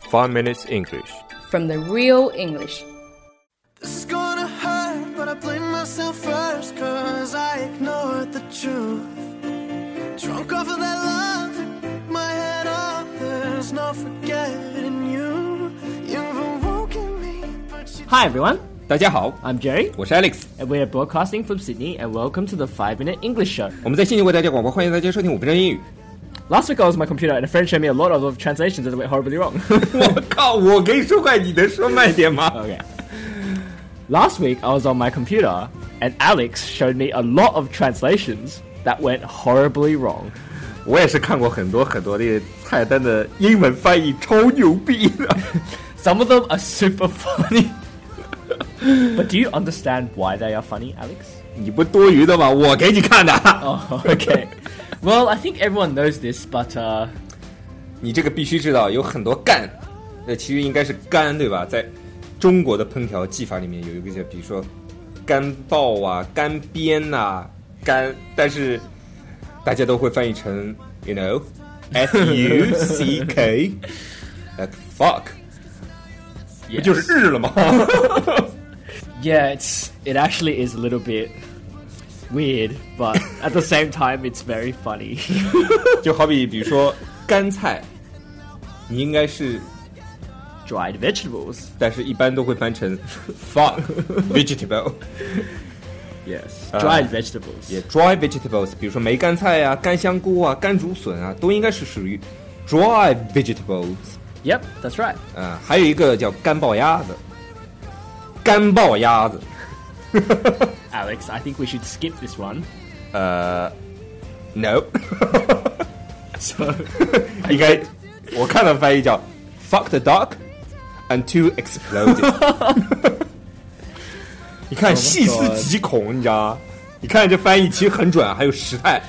5 Minutes English. from the real English. This is gonna hurt, but I blame myself first, cause I ignored the truth. Drunk off of that love, it picked my head up, there's no forgetting you. You've awoken me, but you Hi everyone, 大家好， I'm Jerry, 我是 Alex， and we are broadcasting from Sydney, and welcome to the 5 Minute English Show. 我们在悉尼为大家广播，欢迎大家收听五分钟英语。 Last week I was on my computer, and a friend showed me a lot of translations that went horribly wrong. 我靠，我可以说快，你能说慢点吗？ okay. Last week I was on my computer, and Alex showed me a lot of translations that went horribly wrong. 我也是看过很多很多的菜单的英文翻译，超牛逼的。 Some of them are super funny. but do you understand why they are funny, Alex? 你不多余的吗？我给你看的。 Oh, okay. well, I think everyone knows this, but uh, 你这个必须知道，有很多干，呃，其实应该是干，对吧？在中国的烹调技法里面有一个叫，比如说干爆啊、干煸呐、干，但是大家都会翻译成，you know，f u c k，like fuck，不 yes. 就是日了吗？ Yeah, it's it actually is a little bit weird, but at the same time, it's very funny. 就好比比如说干菜，你应该是， Dried vegetables. 但是一般都会翻成 fuck vegetable。 Yes. Uh, Dried vegetables. 也 dry vegetables，比如说梅干菜啊、干香菇啊、干竹笋啊，都应该是属于 dry vegetables。 Yep, that's right. 啊，还有一个叫干爆鸭子，干爆鸭子， Alex, I think we should skip this one. 呃，no， So 应该我看到翻译叫 fuck the duck until exploded。你看，细思极恐，你知道吗？你看这翻译其实很准，还有时态，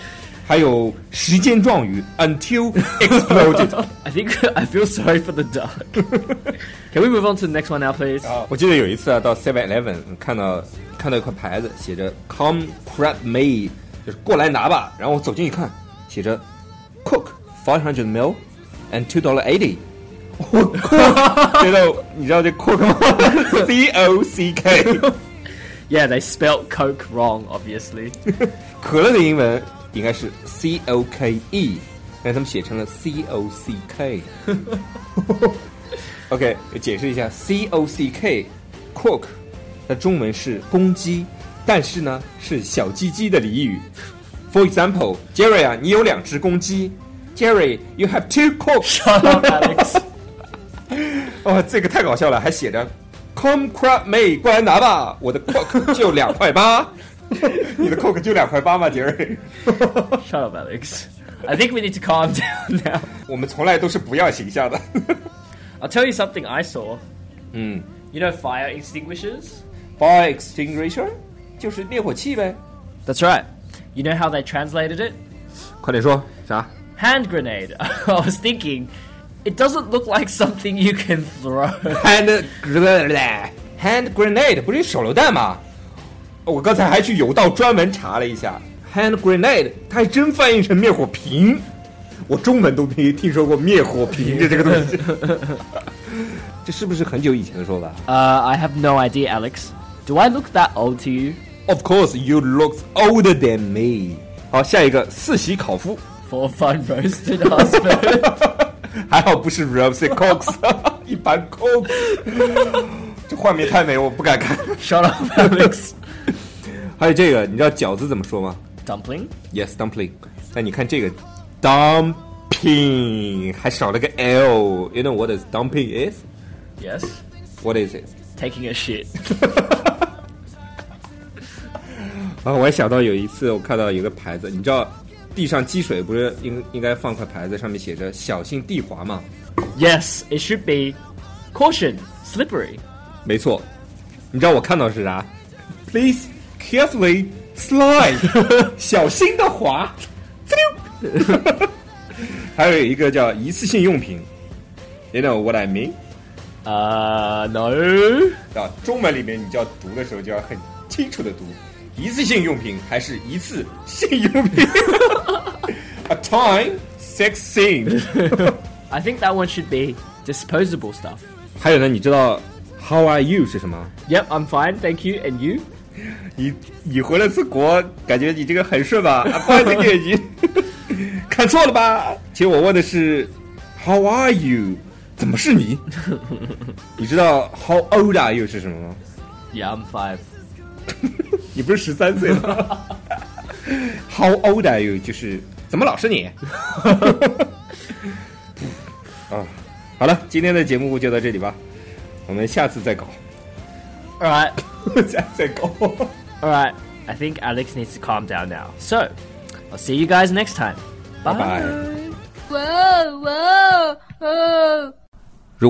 还有时间状语 until exploded。 I think I feel sorry for the duck. Can we move on to the next one now, please? 我记得有一次啊，到 Seven Eleven 看到看到一块牌子，写着 “Come grab me”，就是过来拿吧。然后我走进一看，写着 “Cook five hundred mil and two dollar eighty”。我 靠！觉得你知道这 cook 吗 ？C O C K， Yeah, they spelt Coke wrong, obviously. 可乐的英文应该是 C O K E，但他们写成了 C O C K。OK，解释一下 C O C K，cook，它中文是公鸡，但是呢是小鸡鸡的俚语。For example，Jerry 啊，你有两只公鸡。Jerry，you have two cooks。 Shut up, Alex. 哦，这个太搞笑了，还写着 “Come crab me”，过来拿吧，我的 cook 就两块八。你的 cook 就两块八吗，Jerry？ Shut up, Alex. I think we need to calm down now. 我们从来都是不要形象的。 I'll tell you something I saw. 嗯 You know fire extinguishers? ，fire extinguisher 就是灭火器呗。 That's right. You know how they translated it? 快点说啥？ Hand grenade. I was thinking, it doesn't look like something you can throw. hand grenade hand grenade 不是手榴弹吗？哦我刚才还去有道专门查了一下，hand grenade 它还真翻译成灭火瓶，我中文都没听说过灭火瓶的这个 东西。这是不是很久以前的说法 Uh, I have no idea, Alex. Do I look that old to you? ？Of course, you look older than me。好，下一个四喜烤麸， For fun roasted husband. 还好不是 Ramsey Cox，一 盘 Cox。这画面太美，我不敢看。 Shut up, Alex. 还有这个，你知道饺子怎么说吗？ Dumpling? Yes, dumpling。那你看这个 dumpling 还少了个 l。You know what is dumping is? Yes. What is it? Taking a shit. 啊，我还想到有一次我看到有个牌子，你知道地上积水不是应应该放块牌子，上面写着“小心地滑”吗？ Yes, it should be. Caution, slippery. 没错，你知道我看到是啥？Please carefully slide，小心的滑。滋溜 还有一个叫一次性用品，You know what I mean？ Uh, no. 啊，中文里面你就要读的时候就要很清楚的读，一次性用品还是一次性用 品？A time, sex thing。 I think that one should be disposable stuff. 还有呢，你知道 How are you 是什么？ Yep, I'm fine, thank you. And you? 你你回了次国，感觉你这个很顺吧？啊，不好意思，给你 看错了吧？其实我问的是 How are you？怎么是你？你知道 How old are you 是什么吗？ Yeah, I'm five. 你不是十三岁吗？How old are you？就是怎么老是你？啊，好了，今天的节目就到这里吧，我们下次再搞， All right, 下次再搞。 all right. I think Alex needs to calm down now. So, I'll see you guys next time. 拜拜。 Whoa, whoa, oh. whoa. 如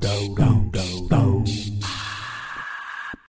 do